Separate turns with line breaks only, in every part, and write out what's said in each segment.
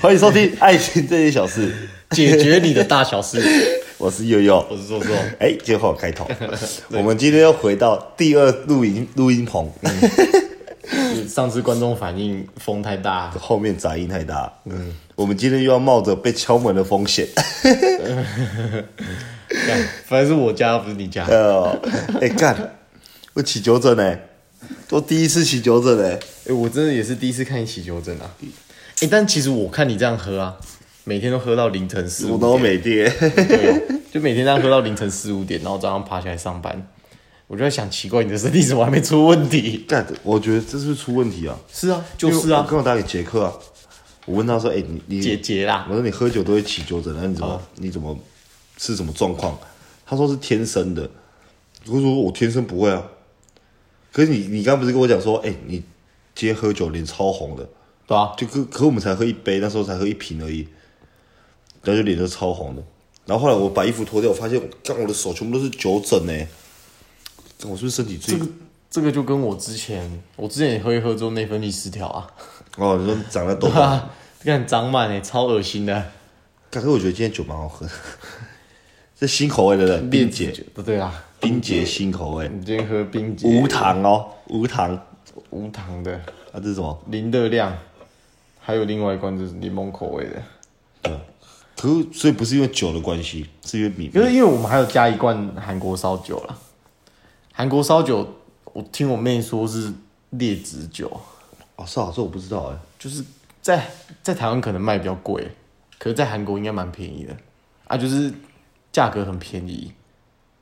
欢迎收听《爱情这些小事》，
解决你的大小事。
我是悠悠，
我是硕硕，
哎，今天好开头。我们今天又回到第二录音录音棚，
上次观众反应风太大，
后面杂音太大。嗯，我们今天又要冒着被敲门的风险。
干反正是我家不是你家，
呃，哎干，我起酒疹呢，我第一次起酒疹呢。
哎，我真的也是第一次看你起酒疹啊。哎，但其实我看你这样喝啊，每天都喝到凌晨四
我
五
都
点，
没跌，
对哦就每天这样喝到凌晨四五点，然后早上爬起来上班。我就在想，奇怪，你的身体怎么还没出问题？
干，我觉得这是不是出问题啊。
是啊，就是
因为我
啊，
刚好打给杰克啊，我问他说：“哎、你你
姐姐啊哦啦
我说：“你喝酒都会起酒疹，那啊你怎么、你怎么是什么状况？”他说是天生的。我说：“我天生不会啊。”可是你你刚不是跟我讲说：“哎、你今天喝酒脸超红的，
对啊，
就可可我们才喝一杯，那时候才喝一瓶而已，然后就脸就超红的。”然后后来我把衣服脱掉，我发现，干我的手全部都是酒疹呢、干我是不是身体最
这个这个就跟我之前，我之前也喝一喝之后内分泌失调 啊，
哦？你说长了痘痘？
啊，看长满哎，超恶心的。
可是我觉得今天酒蛮好喝， 这新口味的人，冰姐，
不对啊，
冰姐新口味，
你今天喝冰姐
无糖哦，无糖
嗯
啊，
无糖的，
这是什么？
零热量，还有另外一罐就是柠檬口味的。
可是所以不是因为酒的关系，是因为米
可是因为我们还有加一罐韩国烧酒啦，韩国烧酒我听我妹说是劣质酒，
哦，是啊，这我不知道哎、
就是在在台湾可能卖比较贵，可是在韩国应该蛮便宜的啊，就是价格很便宜，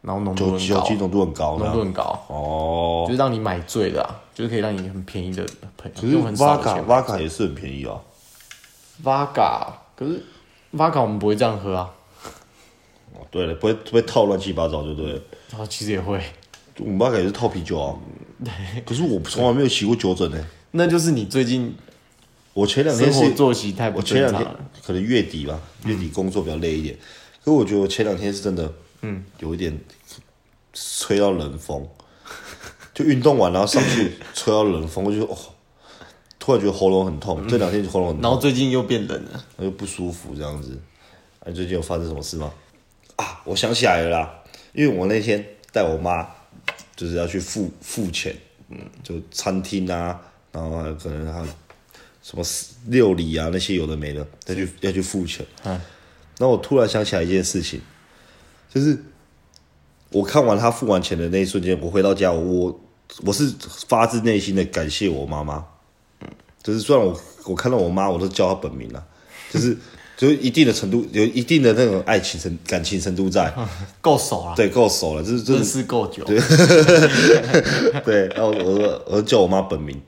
然后浓度
酒
很
酒
高，
精浓度很高
浓度
的
很高，
哦
就。是让你买醉的啊，就是可以让你很便宜的朋友，
可是
用很少
瓦
的
卡
钱
瓦卡也是很便宜啊，
Vaga，可是 Vaga 我们不会这样喝啊，
哦对了，不会不会套乱七八糟就对了。
然哦后其实也会，
我
嗯
们瓦卡也是套啤酒啊，可是我从来没有洗过酒疹呢、
那就是你最近
我前两
生
天是
活作息太
我
不
前
正
两
常
天
了。
可能月底吧，月底工作比较累一点，可我觉得我前两天是真的，嗯，有一点吹到冷风， 就运动完然后上去吹到冷风，我就哦，突然觉得喉咙很痛，这两天就喉咙很
然
痛，
后最近又变冷了，
然后就不舒服这样子。哎、最近有发生什么事吗？啊，我想起来了啦，因为我那天带我妈就是要去付付钱，嗯，就餐厅啊，然后还有可能还有什么六礼啊那些有的没的，要去要去付钱。嗯，然后我突然想起来一件事情，就是我看完她付完钱的那一瞬间，我回到家，我我是发自内心的感谢我妈妈。嗯就是虽然我我看到我妈，我都叫她本名了，就是就是一定的程度，有一定的那种爱情程感情程度在，
够熟了，
对，够熟了，就是就是
认识够久，
对，然后我我说我就叫我妈本名，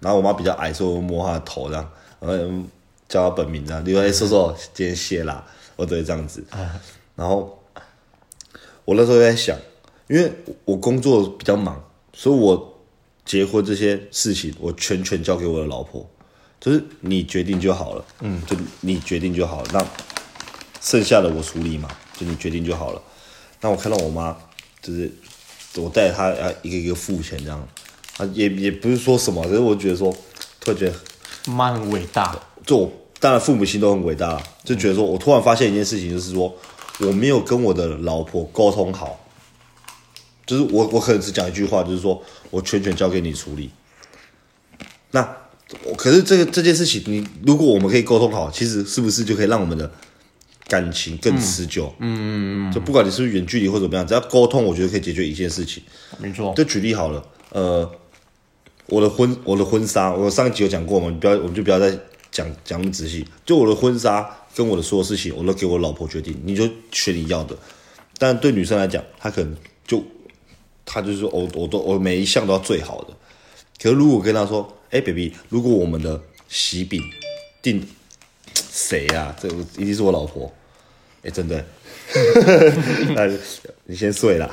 然后我妈比较矮，所以我摸她的头这样，然后嗯叫她本名这样，例如哎叔叔今天谢啦，我只会这样子。然后我那时候在想，因为我工作比较忙，所以我结婚这些事情我全权交给我的老婆，就是你决定就好了，嗯，就你决定就好了，那剩下的我处理嘛，就你决定就好了。那我看到我妈，就是我带着她啊一个一个付钱这样，啊也也不是说什么，可是我觉得说，突然觉得，
妈很伟大，
就我当然父母亲都很伟大啦，就觉得说我突然发现一件事情，就是说我没有跟我的老婆沟通好，就是我我可能只讲一句话，就是说我全权交给你处理。那我可是这个这件事情，你如果我们可以沟通好，其实是不是就可以让我们的感情更持久？嗯，嗯嗯就不管你是不是远距离或怎么样，只要沟通，我觉得可以解决一件事情。
没错，
就举例好了，呃，我的婚我的婚纱，我上一集有讲过嘛，你不要，我们就不要再讲讲那么仔细。就我的婚纱跟我的所有事情，我都给我老婆决定，你就选你要的。但对女生来讲，她可能就她就是说我我都我每一项都要最好的。可是如果跟她说，哎、b a b y 如果我们的喜饼定谁啊？这一定是我老婆。哎、真 的、那你先睡啦。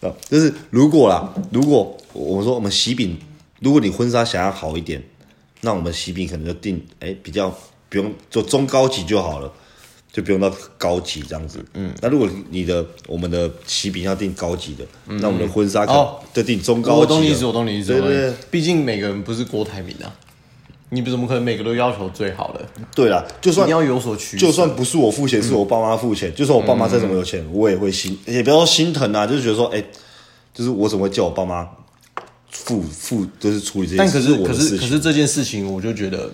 哦就是如果啦，如果我我说我们喜饼，如果你婚纱想要好一点，那我们喜饼可能就定哎、比较不用就中高级就好了，就不用到高级这样子。嗯，那如果你的我们的喜饼要定高级的，那我们的婚纱可能
哦
就定中高级的。
我懂你意思，我懂你意思，
对
我懂你
对对
意思。毕竟每个人不是郭台铭啊，你怎么可能每个都要求最好的？
对啦，就
一
算
定要有所取舍。
就算不是我付钱，是
嗯
我爸妈付钱，就算我爸妈再怎么有钱，我也会心，也不要说心疼啊，就是觉得说，哎、就是我怎么会叫我爸妈付付，就是处理这
但
件
可
事
是
我
可
的
是
事
可
情。
是这件事情，我就觉得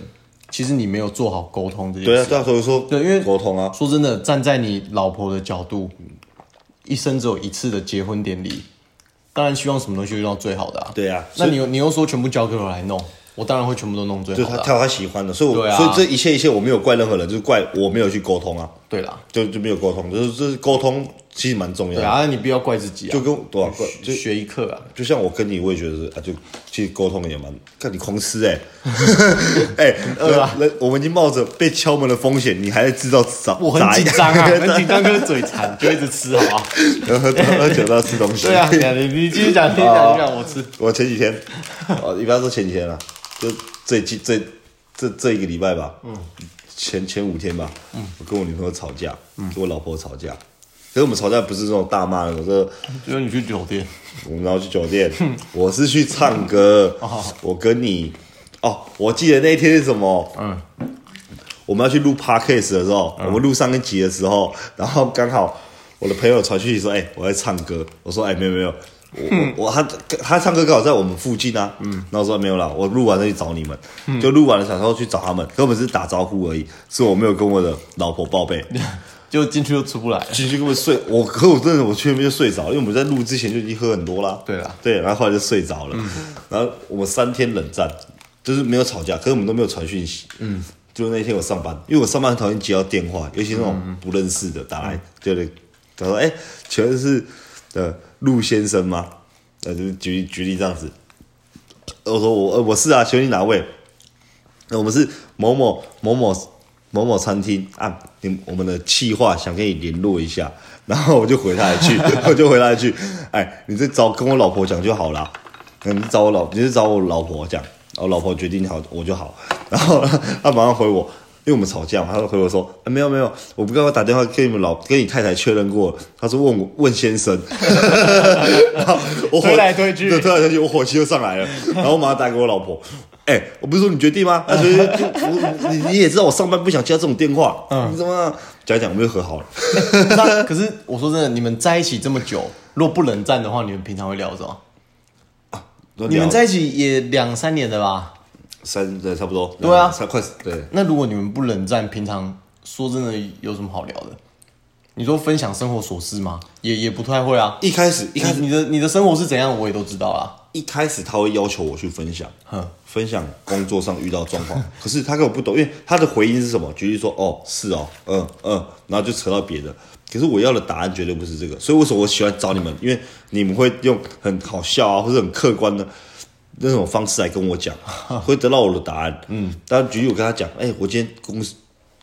其实你没有做好沟通这件
对
事
啊，。对啊，所以说
对因为
沟通啊，
说真的，站在你老婆的角度，一生只有一次的结婚典礼，当然希望什么东西都用到最好的啊。
对啊
那
所以
你又你又说全部交给我来弄，我当然会全部都弄最
就是他
好的啊、
他有他喜欢的，所以我、
对啊
所以这一切一切我没有怪任何人，就是怪我没有去沟通啊，
对啦，
就就没有沟通，就是就是沟通其实蛮重要
对
的，
啊，你不要怪自己啊
就，跟多少怪就
学学一课啊。
就像我跟你，我也觉得是啊，就其实沟通也蛮，看你狂吃 哎、欸，哎、
对
呃
啊，
那我们已经冒着被敲门的风险，你还在制造杂，
我很
杂音
紧张啊，很紧张，就是嘴馋，就一直吃，好不好？
然 后喝喝酒到吃东西。
对啊，对啊你你继续讲，你继续讲，你讲，我吃。
我前几天，哦，一般说前几天啦，就最近最这这一个礼拜吧，嗯，前前五天吧，嗯，我跟我女朋友吵架，嗯，跟我老婆吵架，可是我们吵架不是那种大骂那种，是
就是你去酒店，
我们然后去酒店，我是去唱歌，我跟你，哦，我记得那一天是什么？
嗯，
我们要去录 podcast 的时候，我们录上一集的时候，然后刚好我的朋友传讯息说，哎、我在唱歌，我说，哎、没有没有。我我我他他唱歌刚好在我们附近啊，嗯，然后我说没有啦，我录完再去找你们，就录完了想说去找他们，根本是打招呼而已，是我没有跟我的老婆报备，
就进去就出不来。
进去根本睡，我可我真的我去那边就睡着，因为我们在录之前就已经喝很多啦。
对啦
对，然后后来就睡着了。然后我们三天冷战，就是没有吵架，可是我们都没有传讯息。嗯，就那天我上班，因为我上班很讨厌接到电话，尤其那种不认识的打来，就得他说：“哎、请问是呃陆先生吗？”呃，就是举例举例这样子。我说我呃我是啊，请问你哪位？那我们是某某某某某某餐厅啊，你我们的企划想跟你联络一下，然后我就回他一句，我就回他一句，哎，你这找跟我老婆讲就好啦，嗯你找我老，你是找我老婆讲，我老婆决定好我就好，然后 他马上回我。因为我们吵架嘛，他就回我说、啊没有没有，我不刚刚打电话跟你们老跟你太太确认过了，他说问我问先生，然后我火
推来推去
对突然想起我火气就上来了，然后马上打给我老婆。哎、我不是说你决定吗？他觉得就我你你也知道我上班不想接到这种电话，
嗯
你怎么讲一讲我们就和好了？
那可是我说真的，你们在一起这么久，如果不冷战的话，你们平常会聊什么？你们在一起也两三年了吧？
三对差不多，
对啊
才快对，
那如果你们不冷战，平常说真的有什么好聊的？你说分享生活琐事吗？也也不太会啊。
一开始一
你
开始
你的你的生活是怎样，我也都知道啊啦。
一开始他会要求我去分享
哼，
分享工作上遇到状况， 可是他根本不懂，因为他的回应是什么？举例说，哦，是哦，嗯嗯，然后就扯到别的。可是我要的答案绝对不是这个，所以为什么我喜欢找你们？因为你们会用很好笑啊，或者很客观的那种方式来跟我 讲，会得到我的答案。嗯，当然，举例我跟他讲，哎、我今天公司。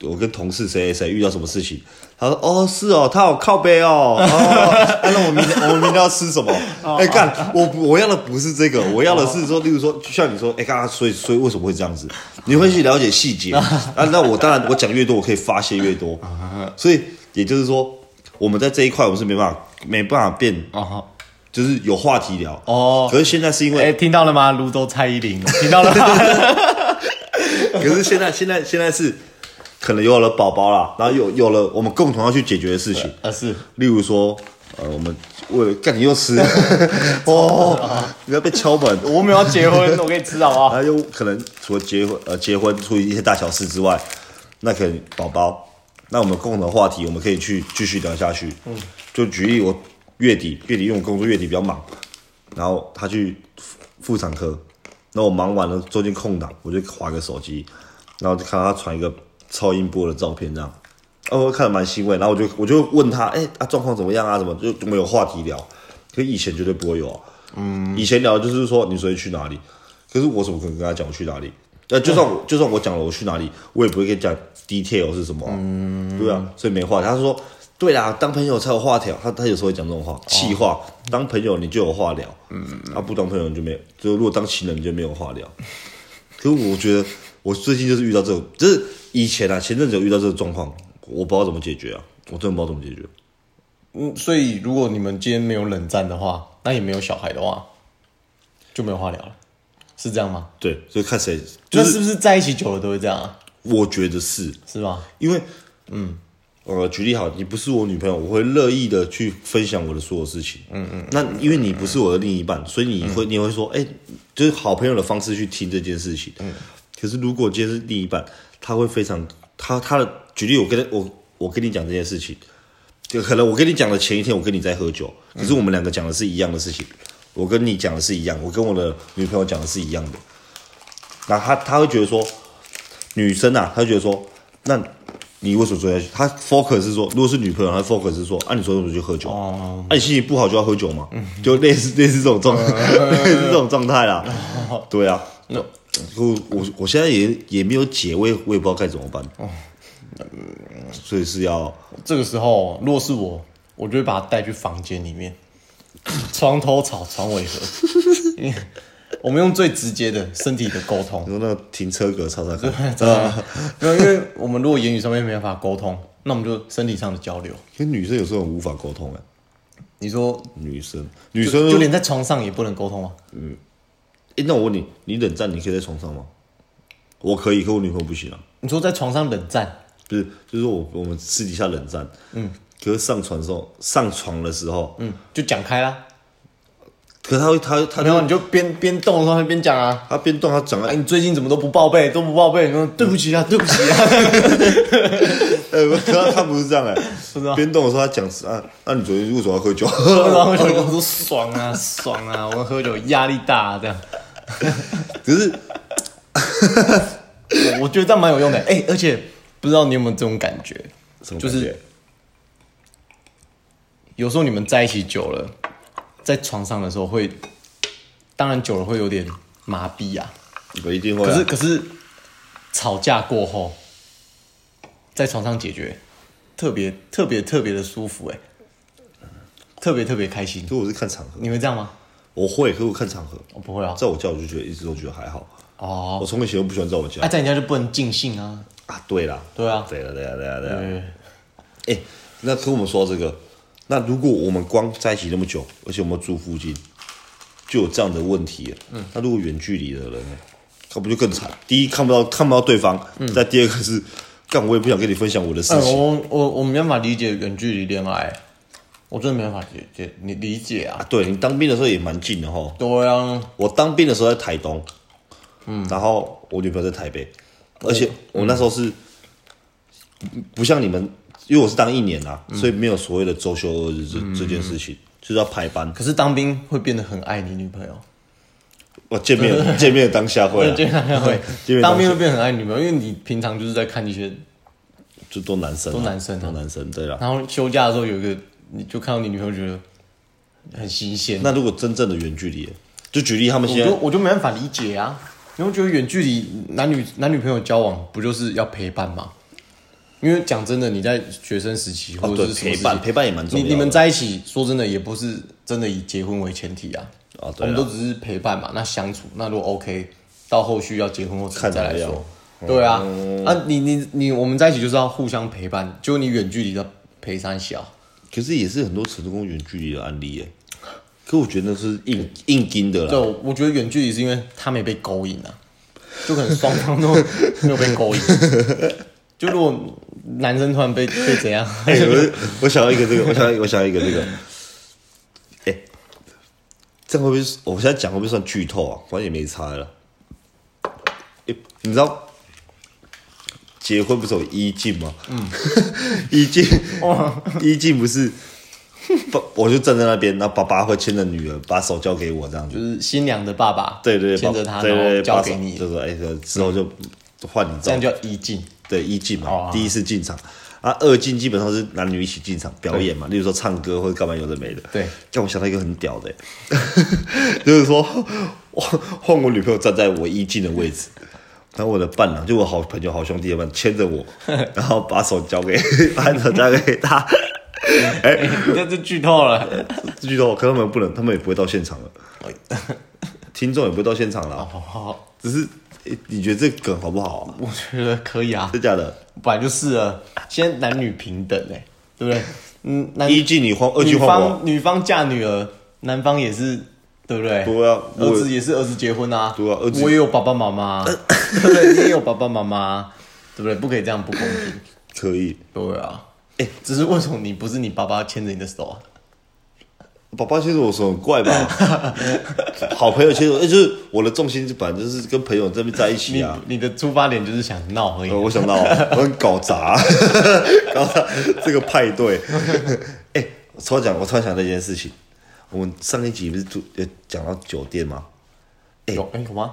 我跟同事谁谁谁遇到什么事情，他说哦是哦，他好靠背哦， 哦，啊、那我明天 我们明天要吃什么？
哦
哎、干，我不我要的不是这个，我要的是说，例如说，就像你说，哎、刚刚所以所以为什么会这样子？你会去了解细 节啊？那我当然我讲越多，我可以发泄越多，
啊
所以也就是说，我们在这一块我们是没办法没办法变，
哦
就是有话题聊
哦
可是现在是因为
哎、听到了吗？泸州蔡依林，听到了 吗？
可是现在现在现在是可能有了宝宝啦，然后有有了我们共同要去解决的事情，
啊，是
例如说，呃，我们为了干你又吃，哦，你要被敲门，
我没有要结婚，我给你吃好
然
不好？
后啊又可能除了结婚呃结婚处理一些大小事之外，那可能宝宝，那我们共同的话题我们可以去继续聊下去。嗯，就举例我月底月底因为我工作月底比较忙，然后他去妇妇产科，那我忙完了中间空档，我就划个手机，然后就看到他传一个超音波的照片这样。哦，我看得蛮欣慰，然后我就我就问他，哎、啊状况怎么样啊？怎么就我们有话题聊？可以前绝对不会有啊。嗯，以前聊的就是说你昨天去哪里，可是我怎么可能跟他讲我去哪里？那就算我就算我讲了我去哪里，我也不会跟你讲 detail 是什么、嗯，对啊，所以没话。他说，对啦，当朋友才有话聊。他他有时候会讲这种话，气话。当朋友你就有话聊，哦嗯，啊，不当朋友你就没有，就如果当情人你就没有话聊。可是我觉得我最近就是遇到这种，就是以前啊，前阵子有遇到这个状况，我不知道怎么解决啊，我真的不知道怎么解决。
嗯，所以如果你们今天没有冷战的话，那也没有小孩的话，就没有话聊了。是这样吗？
对，所以看谁，就
那
是
是不是在一起久了都会这样啊？
我觉得是
是吧？
因为，嗯，呃，举例好，你不是我女朋友，我会乐意的去分享我的所有事情，嗯嗯。那因为你不是我的另一半，所以你会、你会说，哎、就是好朋友的方式去听这件事情，嗯。可是如果今天是另一半，他会非常他他的举例我，跟他我我跟你讲这件事情，就可能我跟你讲的前一天，我跟你在喝酒，可是我们两个讲的是一样的事情，我跟你讲的是一样，我跟我的女朋友讲的是一样的。然后他他会觉得说，女生啊，她会觉得说，那你为什么昨天？她 focus 是说，如果是女朋友，她 focus 是说，啊，你昨天怎么去喝酒？哦，啊，你心情不好就要喝酒嘛，
嗯
就类似类似这 种状，类似这种状态啦。
哦
对啊，那我我我现在也也没有解，我也我也不知道该怎么办。
哦
所以是要
这个时候，如果是我，我就会把他带去房间里面， 床头吵，床尾和。 因为我们用最直接的身体的沟通，
你说那个停车格擦擦看，
没有，因为我们如果言语上面没办法沟通，那我们就身体上的交流。
其实女生有时候很无法沟通哎、
你说，
女生女生
就连在床上也不能沟通吗？
哎、那我问你，你冷战你可以在床上吗？我可以，可我女朋友不行啊。
你说在床上冷战，
不是，就是我我们私底下冷战，嗯，可是上床的时候，上床的时候，嗯，
嗯，就讲开啦，
可是他会他他
然后
就
你就边边动的时候边讲啊。
他变动他讲
哎，
哎，
你最近怎么都不报备，都不报备，你说对不起啊，对不起啊，
呃，我知道他不是这样哎、
不知道
变动的时候他讲啊，那、你昨天为什么要喝 酒？
然后我就跟我说爽啊爽啊，我喝酒压力大啊，这样，
可是
我我觉得这样蛮有用的。哎，而且不知道你有没有这种感觉，
什么感觉
就是有时候你们在一起久了，在床上的时候会，当然久了会有点麻痹啊。
我一定会、啊，
可是可是吵架过后，在床上解决，特别特别特别的舒服哎、特别特别开心
可。我是看场合，
你会这样吗？
我会，可我看场合，
我不会啊。
在我家我就觉得一直都觉得还好，
哦，
我从以前都不喜欢在我家
那、啊在你家就不能尽兴啊。
啊，对啦，
对啊
对啦，对啦，对啦，对啦。
对，
哎、那跟我们说到这个，那如果我们光在一起那么久，而且我们住附近，就有这样的问题了。嗯，那如果远距离的人呢，他不就更惨？第一看不到看不到对方，再第二个是，干我也不想跟你分享我的事
嗯，
情。
我我我没办法理解远距离恋爱，我真的没办法理解你理解啊。
对你当兵的时候也蛮近的哈，
对啊，
我当兵的时候在台东，嗯，然后我女朋友在台北，而且我那时候是、不像你们，因为我是当一年
嗯
啊，所以没有所谓的周休二日这、这件事情，就是要排班。
可是当兵会变得很爱你女朋友。
我见 面见面当下会、啊，
对，当兵
见
会，
面
当兵
当
会变得很爱你女朋友，因为你平常就是在看一些，
就都男生啊、
都男生啊
都男生，对啦。
然后休假的时候有一个，你就看到你女朋友觉得很新鲜。
那如果真正的远距离，啊就举例他们
我
现
就
在
我就没办法理解啊！你会觉得远距离男女男女朋友交往不就是要陪伴吗？因为讲真的，你在学生时期或
哦，
者
对
是什
陪
么时期
伴陪伴也蛮重
你
要的。
你们在一起，说真的也不是真的以结婚为前提啊，
哦，
我
对
们都
啦，
只是陪伴嘛。那相处，那如果 OK，到后续要结婚或什么
看
再来
怎么
说
样。
对啊，啊，你你你，我们在一起就是要互相陪伴，就你远距离的陪三小，
可是也是很多成功远距离的案例耶。可我觉得那是硬硬盯的
对，
啦，
我我觉得远距离是因为他没被勾引啊，就可能双方都没有被勾引。 就如果男生突然被被怎样，
哎我我想要一个这个，我想要我想要一个这个，哎、这样会不会是？我现在讲会不会算剧透啊？反正也没差了。哎、你知道结婚不是有一进吗？嗯， 一进一进不是，爸我就站在那边，然后爸爸会牵着女儿，把手交给我这样子
就。是新娘的爸爸，
对对对，
牵着
爸
她，
对
然
对
后
对，
交
把手
给你，
就说哎、之后就换你
这
照
样叫一进。
对一进嘛，
哦
第一次进场啊，二进基本上是男女一起进场表演嘛，例如说唱歌或者干嘛有的没的。
对，
让我想到一个很屌的、 就是说我换我女朋友站在我一进的位置，然后我的伴郎就我好朋友好兄弟的伴牵着 我，然后把手交给 把手交给他， 哎
你 这就剧透 了。
剧透，可他们不能，他们也不会到现场了， 听众也不会到现场了，
哦，
只是诶你觉得这梗好不好、啊？
我觉得可以啊，
真假的？
本来就是啊，现在男女平等哎、对不对？嗯，男
一进你换，二
女
进换我。
方女方嫁女儿，男方也是对不对？
对啊我
儿子也是儿子结婚啊，
对啊儿子
我也有爸爸妈 妈，对不对？你也有爸爸妈妈，对不对？不可以这样不公平，
可以。
对啊。哎、只是为什么你不是你爸爸牵着你的手啊？
爸爸牵着我手很怪吧？好朋友牵手，哎、就是我的重心就本来就是跟朋友这边在一起
你
啊。
你的出发点就是想闹而已
呃，我想到我很搞砸，啊 搞砸这个派对。哎、我突然讲，我突然想到一件事情，我们上一集不是住呃讲到酒店吗？
有哎、有吗？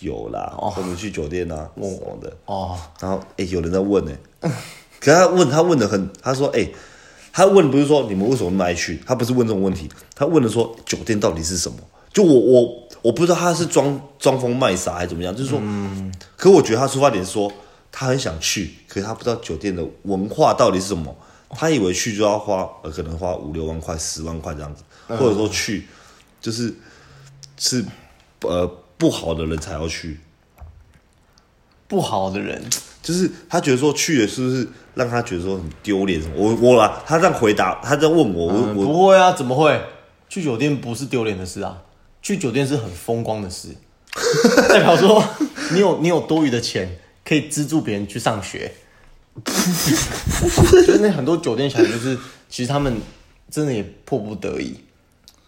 有啦，我们去酒店啊，什么的。
哦，
然后哎、有人在问呢、 可是他问他问的很，他说哎、他问不是说你们为什么那么爱去，他不是问这种问题，他问的说酒店到底是什么？就我我我不知道他是装装疯卖傻还是怎么样，就是说，可我觉得他出发点是说他很想去，可是他不知道酒店的文化到底是什么，他以为去就要花呃可能花五六万块、十万块这样子，或者说去就是是呃不好的人才要去，
不好的人，
就是他觉得说去了是不是让他觉得说很丢脸什么？我我啦，他这样回答，他这样问我，我、
嗯
我
不会啊，怎么会？去酒店不是丢脸的事啊，去酒店是很风光 的事，代表说你有你有多余的钱可以资助别人去 上学。就是那很多酒店小姐，就是其实他们真的也迫不得已，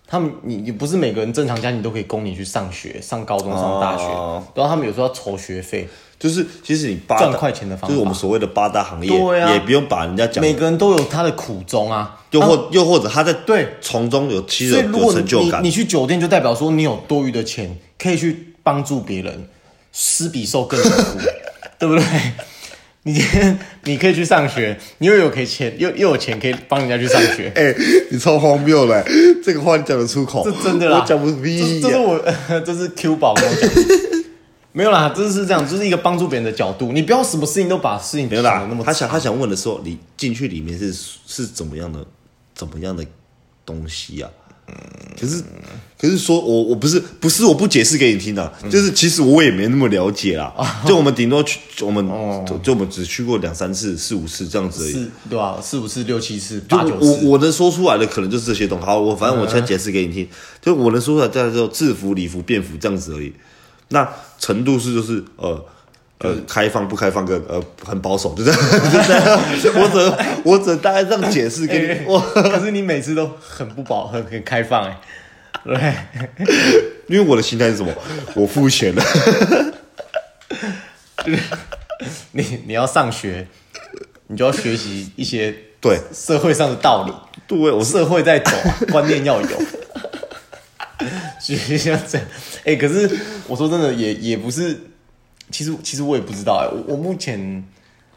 他们你你不是每个人正常家庭都可以供你去上学，上高中、上大学，
哦
然后他们有时候要筹学费，
就是其实你八大
赚快钱的方法
就是我们所谓的八大行业，
对啊
也不用把人家讲，
每个人都有他的苦衷啊。
又或、又或者他在
对
从中有其实
所以
有
如果
有
你
成就感
你，你去酒店就代表说你有多余的钱可以去帮助别人，施比受更有福， 对不对？你今天你可以去上学，你又有可以钱，又又有钱可以帮人家去上学，
哎、你超荒谬嘞！这个话你讲得出口？
这真的啦，
我讲不出
这
屁
这是
呀、
我 这是 Q 宝跟我讲的，没有啦，这是这样，就是一个帮助别人的角度，你不要什么事情都把事情
没有
想的
啦
那么，
他想他想问的时候，你进去里面是是怎么样的，怎么样的东西啊？可是可是说我我不是不是我不解释给你听啊，
嗯
就是其实我也没那么了解 啦。就我们顶多去我们
哦
就就我们只去过两三次四五次这样子而已。
四对吧、四五次、六七次、
就
八九嗯
我
次，
我能说出来的可能就是这些东西。好，我反正我先解释给你听，就我能说出来，大家就制服、礼服、便服这样子而已。那程度是就是呃。呃，开放不开放跟呃很保守， 就这样，就这样。我只能我只能大概这样解释给
哎
你。我
可是你每次都很不保，很很开放哎、对。
因为我的心态是什么？我付 钱了，
你你要上学，你就要学习一些
对
社会上的道理，
对，我是
社会在走、啊，观念要有。 学习像这样，哎、可是我说真的也，也不是，其实其实我也不知道哎、我我目前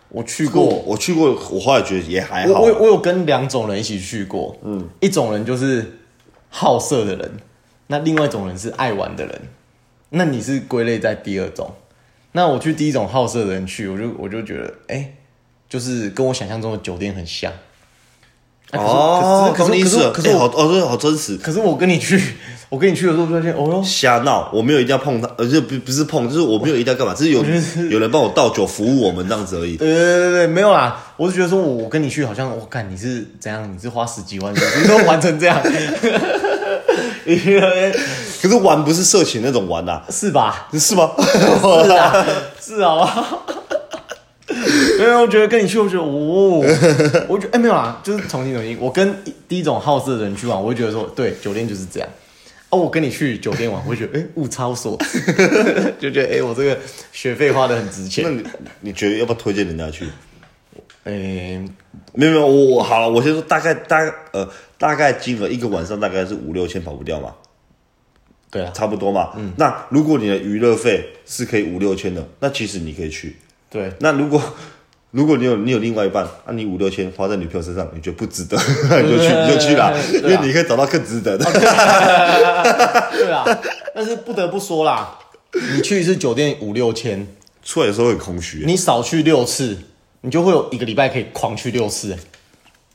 我去
我
过，
我去过，我后来觉得也还
我
好啊
我。我有跟两种人一起去过，嗯，一种人就是好色的人，那另外一种人是爱玩的人，那你是归类在第二种。那我去第一种好色的人去，我就我就觉得，哎、就是跟我想象中的酒店很像。啊
哦，
可是
懂你意
可是
思了。
可是可是
哎
我、
好哦，这好真实。
可是我跟你去， 我跟你去的时候发现，哦哟，
瞎闹，我没有一定要碰他，呃，就不不是碰，就是我没有一定要干嘛，只是 有有人帮我倒酒服务我们这样子而已。
对对呃对对对，没有啦，我是觉得说我我跟你去好像，我、看你是怎样，你是花十几万，你都玩 成这样，
可是玩不是色情那种玩呐、
是吧？
是吗？
是啊，是啊。因为我觉得跟你去，我觉得哦，我觉得哎、没有啦，就是重新重新。我跟第一种好色的人去玩，我会觉得说，对，酒店就是这样。哦，我跟你去酒店玩，我会觉得哎、物超所值， 就觉得哎、我这个学费花的很 值
那
钱。
你你觉得要不要推荐人家去？
哎、
没有没有，我我好了，我先说大概大概呃大概金额一个晚上大概是五六千跑不掉嘛，
对啊，
差不多嘛。嗯，那如果你的娱乐费是可以五六千的，那其实你可以去。
对，
那如果如果你有你有另外一半，那、你五六千花在女朋友身上，你觉得不值得， 你就去你就去啦，
对啊
因为你可以找到更值得的。
对啊。但是不得不说啦，你去一次酒店五六千，
出来的时候很空虚欸，
你少去六次，你就会有一个礼拜可以狂去六次、哎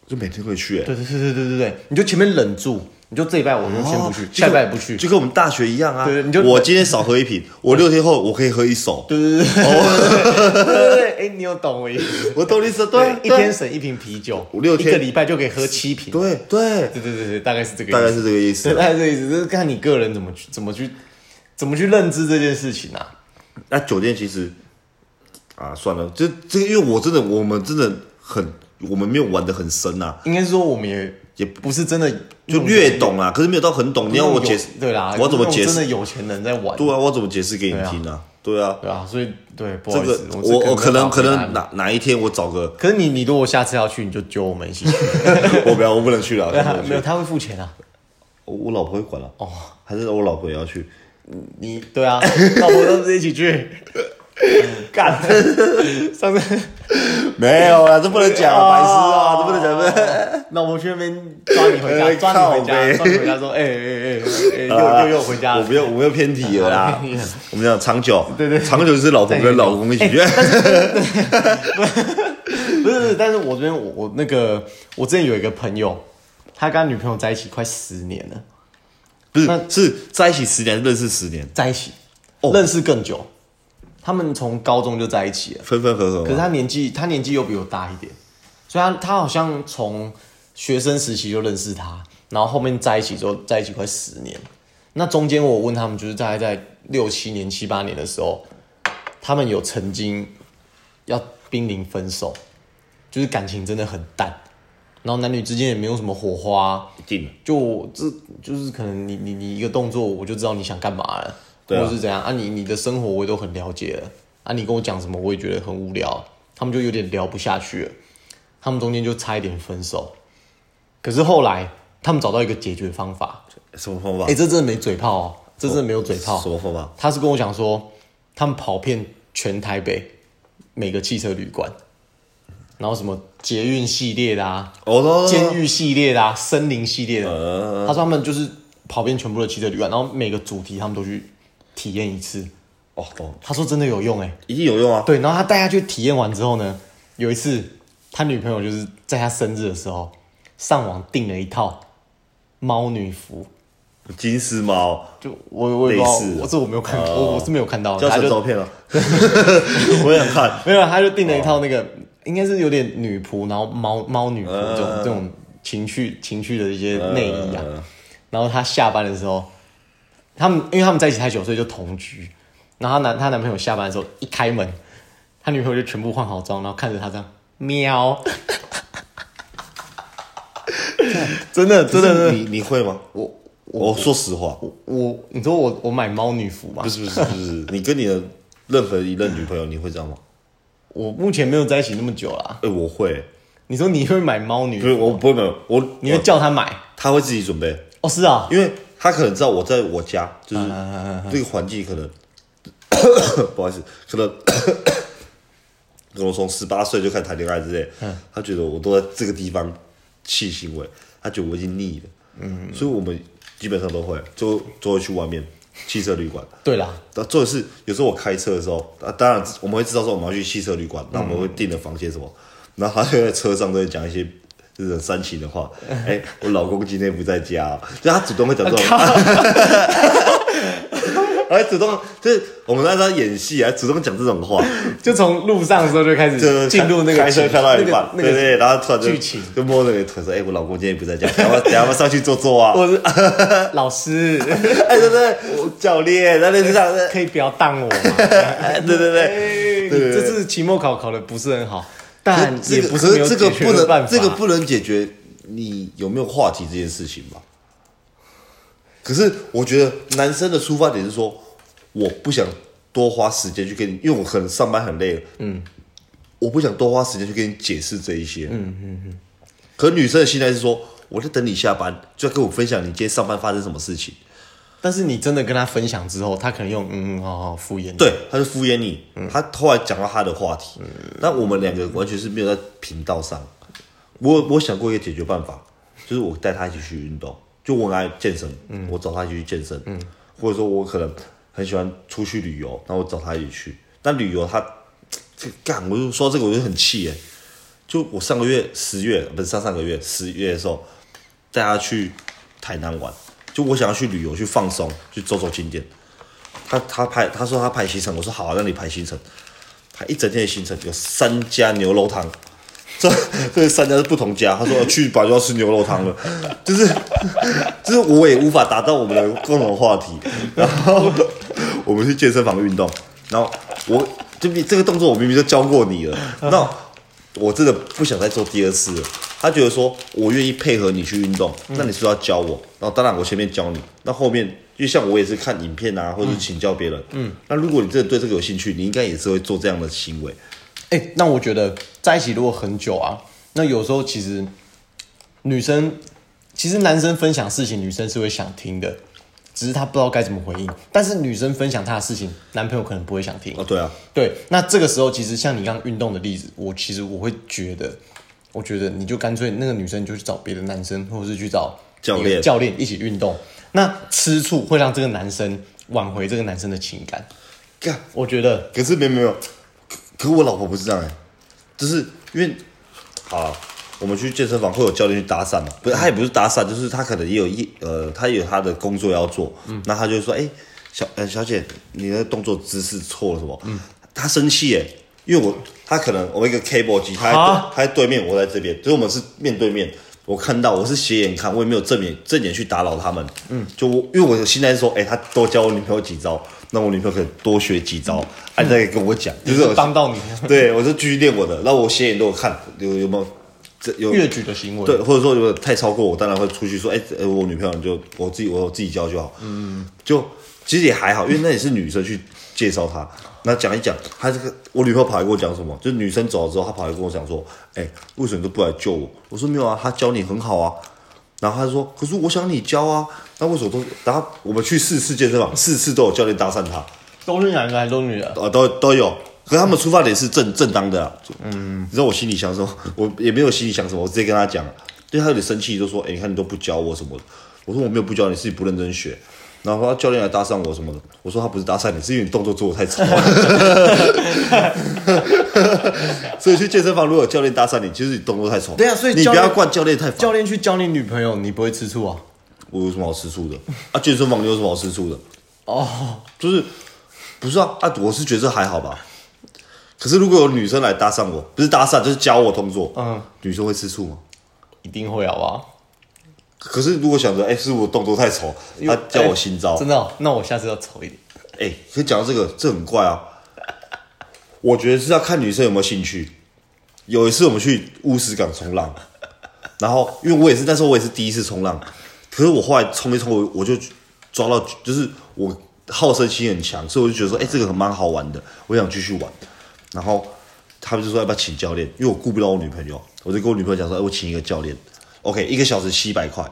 就每天会去欸，
对对对对对对对，你就前面忍住，你就这一拜我就先不去，
哦
下一拜也不去。
就跟我们大学一样啊。
对你就
我今天少喝一瓶，我六天后我可以喝一手。
对对对对对对对对对对对对对对对对对哎，你有懂我意思？
我懂你意思，对，
一天省一瓶啤酒，
五六天
一个礼拜就可以喝七瓶。
对对，
对对对对，大概是这个意
大
思。
概是这个意
对，
思。
大概是这个意思，就是看你个人怎么去怎么去怎么去认知这件事情啊。
那酒店其实啊，算了，这这个，因为我真的，我们真的很，我们没有玩的很深呐、啊，
应该是说我们也
也
不是真的
就略懂啊，可是没有到很懂。你要我解释，
对啦，
我要怎么
那种
解
真的
释？
有钱人在玩，
对啊，我要怎么解释给你
对啊
听啊？对啊，
对啊，所以对，不
这
好意
个
思，
我我可能可
这
能
没办法回答
哪哪一天我找个
你，可是你你如果下次要去，你就揪我们一起 去。
我不要，我不能去了，我不能去
没有，他会付钱啊。
我我老婆会管了、哦，还是我老婆也要去。
你对啊， 老婆都是一 起去。干，上次
没有啊啦，这不能讲，白痴啊，这不能讲，不能。
老婆去那边抓你回
哎
家，抓你回家，抓你回家说，哎哎哎哎，又又又回家
啊我
了
不。要，我们要偏题了啦。我们讲长久，对
对
长久就是老婆跟老公一起去。
不是不是，但是我这边我我那个我之前有一个朋友，他跟他女朋友在一起快十年了，
不是，是在一起十年，认识十年，
在一起，
哦
认识更久，他们从高中就在一起了。
分分合合嘛。
可是他年纪，他年纪又比我大一点，所以他他好像从学生时期就认识他，然后后面在一起之后在一起快十年。那中间我问他们，就是大概在六七年、七八年的时候，他们有曾经要濒临分手，就是感情真的很淡，然后男女之间也没有什么火花，
一定
就我这就是可能你你你一个动作，我就知道你想干嘛了，
对啊
或者是怎样啊？你你的生活我也都很了解了啊，你跟我讲什么我也觉得很无聊，他们就有点聊不下去了，他们中间就差一点分手，可是后来他们找到一个解决方法，
什么方法
哎、？这真的没嘴炮哦，这真的没有嘴炮，
什么方法？
他是跟我讲说，他们跑遍全台北每个汽车旅馆，然后什么捷运系列的啊，
我说
监狱系列的、啊、森林系列的，
呃
他说他们就是跑遍全部的汽车旅馆，然后每个主题他们都去体验一次。
哦哦，
他说真的有用哎、
一定有用啊。
对，然后他带他去体验完之后呢，有一次他女朋友就是在他生日的时候上网订了一套猫女服，
金丝猫
就我我也不知道
类似，
我这我没有看过，我我是没有看到的，
叫
他
什么
就
照片啊？我也想看。
没有，他就订了一套那个，应该是有点女仆，然后猫猫女仆这种、
嗯
这种情趣情趣的一些内衣啊。然后她下班的时候，他们因为他们在一起太久，所以就同居。然后她男她男朋友下班的时候一开门，她女朋友就全部换好妆，然后看着他这样喵，真的真的，真的
你你会吗？我我说实话，
我你说我我买猫女服嘛
不？是不是不是， 你跟你的任何一任女朋友，你会这样吗？
我目前没有在一起那么久啦。
哎，我会，
你说你会买猫女
不是
服，
我不会没有我，
你会叫她买？
他会自己准备，
哦，是啊，
因为他可能知道我在我家，就是这个环境可能， 不好意思，可能可能从十八岁就开始谈恋爱之类，他觉得我都在这个地方性行为，他觉得我已经腻了，嗯，所以我们基本上都会，就就会去外面汽车旅馆。
对啦，
那重点是，有时候我开车的时候，啊，当然我们会知道说我们要去汽车旅馆，那我们会订的房间什么，然后他就在车上都会讲一些这种煽情的 话。哎、我老公今天不在家、哦，就他主动会讲这种，
啊
还主动就是我们在他演戏啊，还主动讲这种话，
就从路上的时候就开
就是
始 进入那个
开车开到一半，
那个
对
那个
对，然后突然就
剧情
就摸着你的腿说：“哎、我老公今天不在家，等下等下我们上去坐坐 啊。”
我是老师，
哎，对对，我教练，然后就这样，
可以不要当我吗？
哎， 对对对。
哎你
对对
这次期末考考的不是很好，但
这
也
个
不
可
是没有
这个
解决
不
的
能
办法。啊
这个不能解决你有没有话题这件事情吧？可是我觉得男生的出发点是说，我不想多花时间去跟你，因为我可能上班很累了，嗯，我不想多花时间去跟你解释这一些，嗯嗯嗯。可女生的心态是说，我在等你下班，就要跟我分享你今天上班发生什么事情。
但是你真的跟他分享之后，他可能用嗯嗯好好敷衍你。
对，他就敷衍你。他后来讲到他的话题，那我们两个完全是没有在频道上。我我想过一个解决办法，就是我带他一起去运动，就我爱健身，我找他一起去健身，或者说我可能很喜欢出去旅游，然后我找他一起去。但旅游他这干，我就说到这个我就很气耶。就我上个月十月不是上上个月十月的时候，带他去台南玩，就我想要去旅游去放松，去走走景点。他他排他说他排行程，我说好、啊，那你排行程。他一整天的行程有三家牛肉汤，这这三家是不同家。他说去吧就要吃牛肉汤了，就是就是我也无法达到我们的共同话题。然后我们去健身房运动，然后我就比这个动作我明明就教过你了，那我真的不想再做第二次了。他觉得说我愿意配合你去运动，那你是不是要教我，然后当然我前面教你，那后面就像我也是看影片啊，或者是请教别人，嗯，那如果你真的对这个有兴趣，你应该也是会做这样的行为。
哎、那我觉得在一起如果很久啊，那有时候其实女生，其实男生分享事情，女生是会想听的，只是她不知道该怎么回应。但是女生分享她的事情，男朋友可能不会想听
哦，。对啊，
对，那这个时候其实像你刚刚运动的例子，我其实我会觉得，我觉得你就干脆那个女生就去找别的男生，或者是去找
教练
一个教练一起运动。那吃醋会让这个男生挽回这个男生的情感，
干，
我觉得
可是没有没有，可可我老婆不是这样哎、就是因为好啦我们去健身房会有教练去搭讪嘛，不是他也不是搭讪，就是他可能也有一呃，他也有他的工作要做，那他就说，哎、小呃小姐，你的动作姿势错了什么？嗯，他生气哎、因为我他可能我一个 cable 机，他在
啊
他在对面，我在这边，就是我们是面对面。我看到我是斜眼看，我也没有正眼正眼去打扰他们。嗯，就我因为我现在是说，哎、他多教我女朋友几招，那我女朋友可能多学几招，哎、再跟我讲，就是我
帮到你
对，我就继续练我的，那我斜眼都有看有有没有这有
越举的行为。
对，或者说如果太超过我，当然会出去说，哎、呃我女朋友就我自己我自己教就好。嗯，就其实也还好，因为那也是女生去介绍他，那讲一讲，他这个我女朋友跑来跟我讲什么，就是女生走了之后，她跑来跟我讲说，哎、为什么你都不来救我？我说没有啊，她教你很好啊。然后他就说，可是我想你教啊，那为什么都？然后我们去四次健身房，四次都有教练搭讪他。
都是男的还是都是女的？
啊，都都有。可是他们出发点是正正当的、啊，嗯，你知道我心里想什么？
嗯
我也没有心里想什么，我直接跟他讲，对他有点生气，就说：“哎、你看你都不教我什么的。”我说：“我没有不教你，是你不认真学。”然后他教练来搭讪我什么的，我说：“他不是搭讪你，是因为你动作做的太 差 了。”所以去健身房，如果有教练搭讪你，其实你动作太丑。
对啊所以
你
教
不
练
要怪教练太烦。
教练去教你女朋友，你不会吃醋啊？
我有什么好吃醋的？啊，健身房你有什么好吃醋的？
哦，
就是不是啊？啊，我是觉得这还好吧。可是如果有女生来搭讪我，不是搭讪就是教我动作，
嗯，
女生会吃醋吗？
一定会好不好？
可是如果想着，哎、是我动作太丑，她教我新招，
真的哦、那我下次要丑一点。
哎、可以讲到这个，这很怪啊。我觉得是要看女生有没有兴趣。有一次我们去乌石港冲浪，然后因为我也是那时候我也是第一次冲浪，可是我后来冲一冲，我我就抓到，就是我好胜心很强，所以我就觉得说，哎、这个很蛮好玩的，我想继续玩。然后他们就说要不要请教练，因为我顾不到我女朋友，我就跟我女朋友讲说，哎、我请一个教练，OK，一个小时七百块。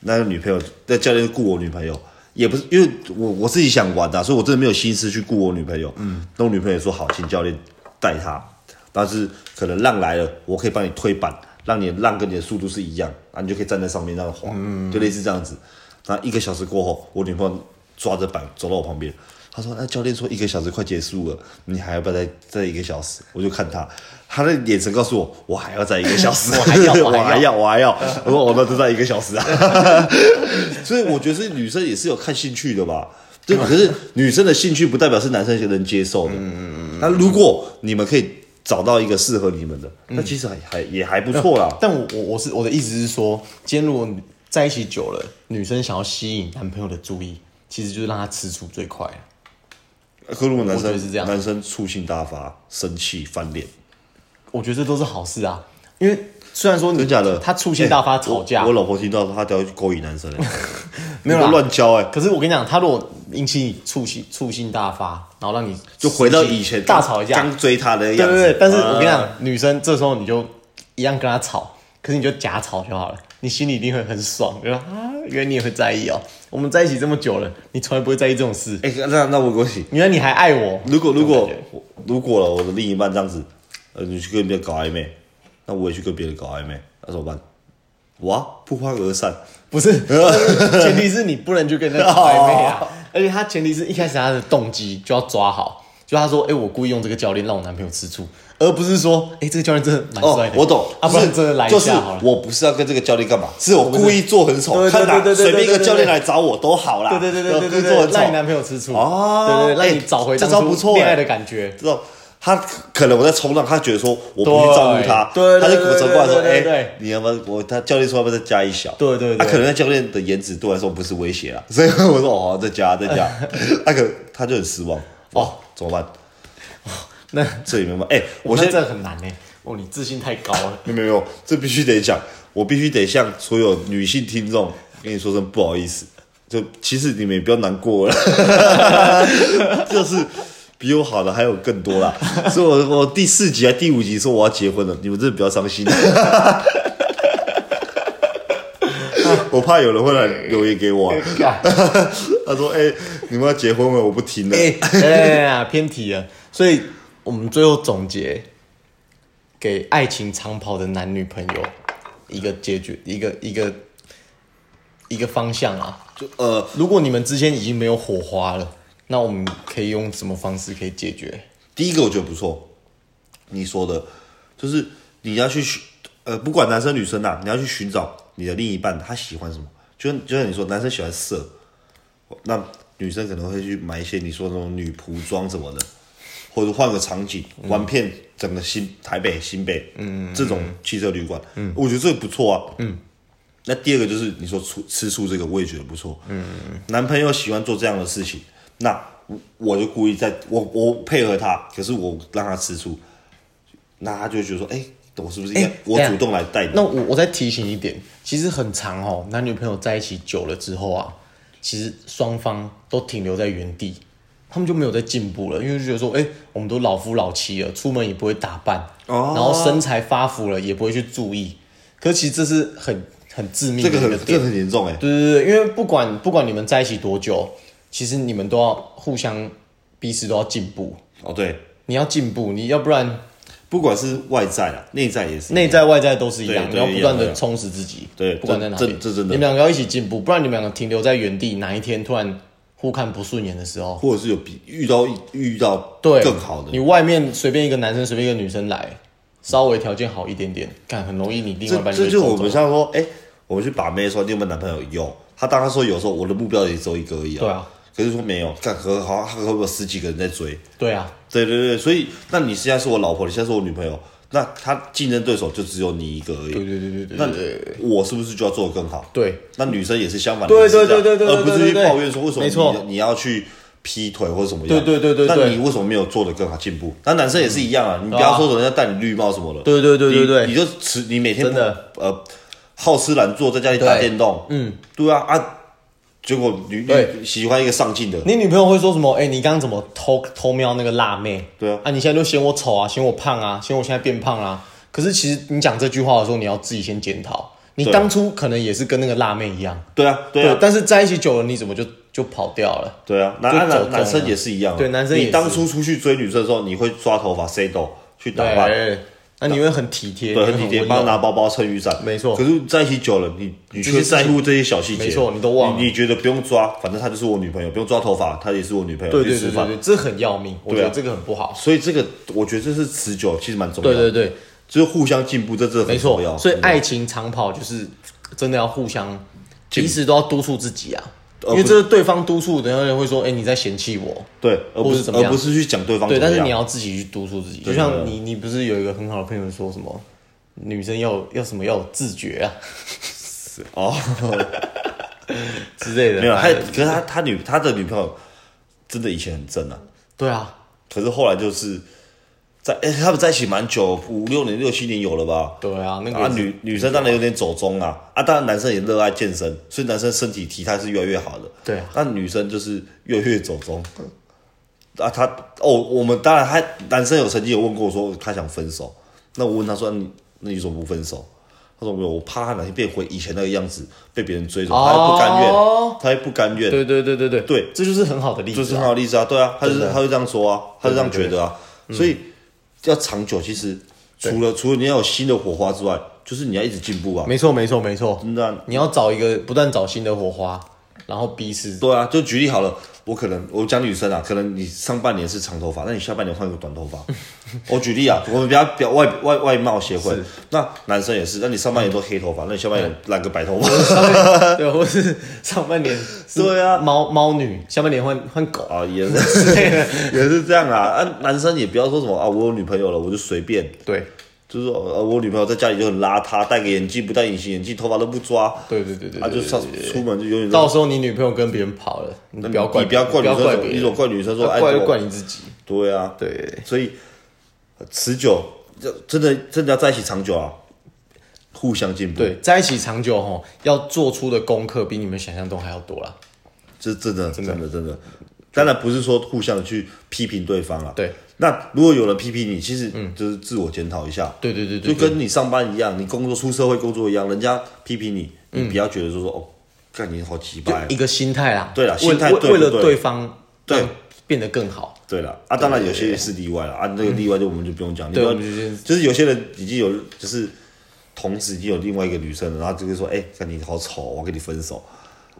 那个女朋友，那教练顾我女朋友，也不是因为我我自己想玩的、所以我真的没有心思去顾我女朋友。嗯，那我女朋友也说好，请教练带她，但是可能浪来了，我可以帮你推板，让你的浪跟你的速度是一样，啊，你就可以站在上面那样滑，
嗯
就类似这样子。那一个小时过后，我女朋友抓着板走到我旁边，她说：“哎那教练说一个小时快结束了，你还要不要再再一个小时？”我就看她，她的眼神告诉我，我还要再一个小时，
我还 要
我
我
还
还
要，我还要。我说：“我哦那就再一个小时啊。” 所以我觉得是女生也是有看兴趣的吧。
嗯
对，可是女生的兴趣不代表是男生能接受的。嗯嗯嗯。那如果你们可以找到一个适合你们的，
嗯
那其实还还也还不错啦。
但我我我是我的意思是说，今天如果在一起久了，女生想要吸引男朋友的注意，其实就是让他吃醋最快。
可如果男
我觉
生
得是这样
男生醋性大发、生气、翻脸，
我觉得这都是好事啊，因为虽然说你
真假的？哎
他醋性大发吵架，
我我老婆听到她都要去勾引男生了、
没有啦
你都乱教哎、
可是我跟你讲，他如果引起你醋性醋性大发，然后让你
就回到以前
大吵一架，
刚追她的
对
样子。
对对，但是我跟你
啊，
讲，女生这时候你就一样跟她吵，可是你就假吵就好了，你心里一定会很爽，就说啊，原来你也会在意哦，我们在一起这么久了，你从来不会在意这种事，
哎、那那我恭喜，
原来你还爱我。
如果如果
这种感
我如果了我的另一半这样子，呃，你去跟别人搞暧昧，那我也去跟别人搞暧昧，那怎么办？哇，不欢而散。
不是，前提是你不能去跟人
哦
家搞暧昧啊，而且他前提是一开始他的动机就要抓好，就他说，哎、我故意用这个教练让我男朋友吃醋，而不是说，哎、这个教练真的蛮
哦
帅的、，
我懂，
啊，不
是
然真的来
就
一
是
下好了。
我不是要跟这个教练干嘛，是我故意做很丑，
对对
看哪
对对
随
对
便一个
对对对
教练来找我都好啦。
对对对对对
故
对
意做
对，
很
让你
丑，
男朋友吃醋
哦
对对对，让
哎
你找回
这
当
招不
初
错
恋
哎
爱的感觉。
知道。他可能我在冲浪，他觉得说我不去照顾他，
对对
他就鼓责过来说：“
对对对对
哎，你要不要我他教练说要不要再加一小？”
对对对
他可能在教练的颜值对我来说不是威胁啦， 所以我说：“哦，好再加 再加。”他可他就很失望，哦，怎么办？
那
这也没办法。哎，我
我现
现
在
在
真的很难呢、哦，你自信太高 了。
没有没有没有，这必须得讲，我必须得向所有女性听众跟你说声不好意思。就其实你们也不要难过了， 就是比我好的还有更多啦。所以我我第四集还第五集说我要结婚了，你们真的不要伤心。我怕有人会来留言给我啊、
干
他说：“哎、你们要结婚了，我不听了。
哎、等等等等偏题了。所以我们最后总结，给爱情长跑的男女朋友一个结局，一个一个一个方向啊。
就呃，
如果你们之间已经没有火花了，那我们可以用什么方式可以解决？
第一个我觉得不错，你说的，就是你要去寻，呃，不管男生女生啦、你要去寻找你的另一半他喜欢什么。就就像你说，男生喜欢色，那女生可能会去买一些你说那种女仆装什么的，或者换个场景，玩遍整个新台北、新北，嗯，这种汽车旅馆，嗯，我觉得这个不错啊，嗯。那第二个就是你说吃吃醋这个，我也觉得不错，嗯，男朋友喜欢做这样的事情，那我我就故意在我我配合他，可是我让他吃醋，那他就会觉得说，哎、我是不是应该、
哎
我
等一下
主动来带你？
那我我再提醒一点，其实很长哦，男女朋友在一起久了之后啊，其实双方都停留在原地，他们就没有在进步了，因为就觉得说，哎、我们都老夫老妻了，出门也不会打扮，
哦
然后身材发福了也不会去注意，可是其实这是很很致命
这
的一
个
个
很这
点。
个很严重哎、
对对对，因为不管不管你们在一起多久，其实你们都要互相彼此都要进步，
哦对，
你要进步，你要不然
不管是外在啊，内在也是
内在外在都是一样，
对对
你要不断
一样一
的
样
充实自己。
对
不管在哪
这
里，
这这真的
你们两个要一起进步，不然你们两个停留在原地，哪一天突然互看不顺眼的时候，
或者是有比遇到遇到
对，
更好的
你，外面随便一个男生，随便一个女生来，稍微条件好一点点，看很容易你另外
这
一半
这
被
就是我
冲走
们像说，哎、我们去把妹说你有没有男朋友有，他当然说有时候我的目标也只有一个而已啊，
对啊，
可是说没有，干和好他和我有十几个人在追，
对啊，
对对对，所以那你现在是我老婆，你现在是我女朋友，那他竞争对手就只有你一个而
对
已，
对对对对
那
对对
我是不是就要做得更好？
对，
那女生也是相反的
对
意思啊，
对对对对对
而不是
对对
去
对
抱怨说为什
没
么
错
你你要去劈腿或者什么样，
对对对对对
那你为什么没有做的更好进步？那男生也是一样啊，你不要说人家戴你绿帽什么的，
对对对对对
你你就吃你每天
真的
不呃好吃懒做，在家里打
对
电动，嗯，对啊啊，结果女
对
女喜欢一个上进的，
你女朋友会说什么？哎、你刚刚怎么偷偷瞄那个辣妹？
对啊
啊，你现在就嫌我丑啊，嫌我胖啊，嫌我现在变胖啦、可是其实你讲这句话的时候，你要自己先检讨，你
对啊
当初可能也是跟那个辣妹一样，
对啊对啊
但是在一起久了，你怎么就就跑掉了？
对啊，男
就
啊
走
男
动
男生
了
也是一样啊，
对男生也
你当
是
初出去追女生的时候，你会抓头发、塞豆去打扮，
对，那你会很体贴，
对，
你会
很体贴，
温柔
帮他拿包包、撑雨伞，
没错
可是在一起久了，你你
这
却
些事情
在乎这些小细节，
没错你都忘了
你你觉得不用抓，反正她就是我女朋友，不用抓头发，她也是我女朋友，
对
去
对
吃
对
饭
对对，这很要命，我觉
对啊
得这个很不好。
所以这个我觉得这是持久，其实蛮重要
对
的，
对对，
就是互相进步，这这
没
很重要。
错。所以
真的
爱情长跑就是真的要互相，彼此都要督促自己啊，
呃
因为
不
这是对方督促，然后人会说，哎、你在嫌弃我。
对，而不
或是
是
怎么
而
样
不是去讲对方
对，
哦怎
但
么
是你
样
要自己去督促自己，
对
就
对
像
对
你，你不是有一个很好的朋友说什么，女生要要什么要有自觉啊
哦，
之类的，
没有，啊他
反正
可是他他女他的女朋友真的以前很正啊，
对啊，
可是后来就是在哎、他们在一起蛮久，五六年六七年有了吧？
对啊，那
啊，
个也是
女女生当然有点走中啊，啊，当然男生也热爱健身，所以男生身体体态是越来越好的。
对啊，
那女生就是越来越走中。啊，他哦，我们当然他男生有曾经有问过说他想分手，那我问他说啊你那你怎么不分手？他说没有，我怕他哪天变回以前那个样子，被别人追走，他也不甘愿，
哦
他也不甘愿，
对对对对对
对
这就是很好的例子、啊，
就是很好的例子啊，对啊，他就是
真的
他会这样说啊，他就这样
对
觉
对嗯
得啊，所以要长久，其实除了除了你要有新的火花之外，就是你要一直进步啊，
没错没错没错，
真的啊
你要找一个不断找新的火花，然后 B 是
对啊，就举例好了，我可能我讲女生啊，可能你上半年是长头发，那你下半年换个短头发。 我举例啊，我们比较表外外外貌协会，那男生也是，那你上半年都黑头发，那你下半年染个白头发
对，或是上半年是
啊 对啊
猫猫女，下半年换换狗，
啊，也是 也是这样啊。啊，男生也不要说什么啊，我有女朋友了，我就随便，
对
就是说呃，我女朋友在家里就很邋遢，戴个眼镜不戴隐形眼镜，头发都不抓，
对对对对，
啊，就上出门就永远
到时候你女朋友跟别人跑了，你不要怪
你不要怪女
不要
生
怪
说，
别
你
人，
总怪女生说，哎，
怪
怎
就
么
怪你自己，
对啊，
对，
所以呃持久，这真的真的要在一起长久啊，互相进步，，
对，在一起长久吼，要做出的功课比你们想象中还要多啦。
这真的真的真的当然不是说互相去批评对方啊，
对。
那如果有人批评你，其实就是自我检讨一下，
对对对
就
对，
跟你上班一样，你工作出社会工作一样，人家批评你，你不要觉得说说哦，看你好啊鸡掰
嗯就。一个心态啦。
对啦
为
心态
为
对
为
不
了
对
对方
对
让变得更好。
对了啊，当然有些是例外了啊，那个例外就我们就不用讲，
对
另外
我们就先
就是有些人已经有就是同时已经有另外一个女生了，然后就会说，哎、看你好丑，我要跟你分手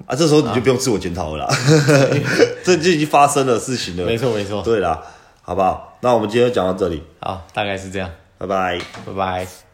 啊，这时候你就不用自我检讨了啦， 这就已经发生了事情了，
没错没错
对啦，好不好？那我们今天就讲到这里，
好，大概是这样，
拜拜。
拜拜。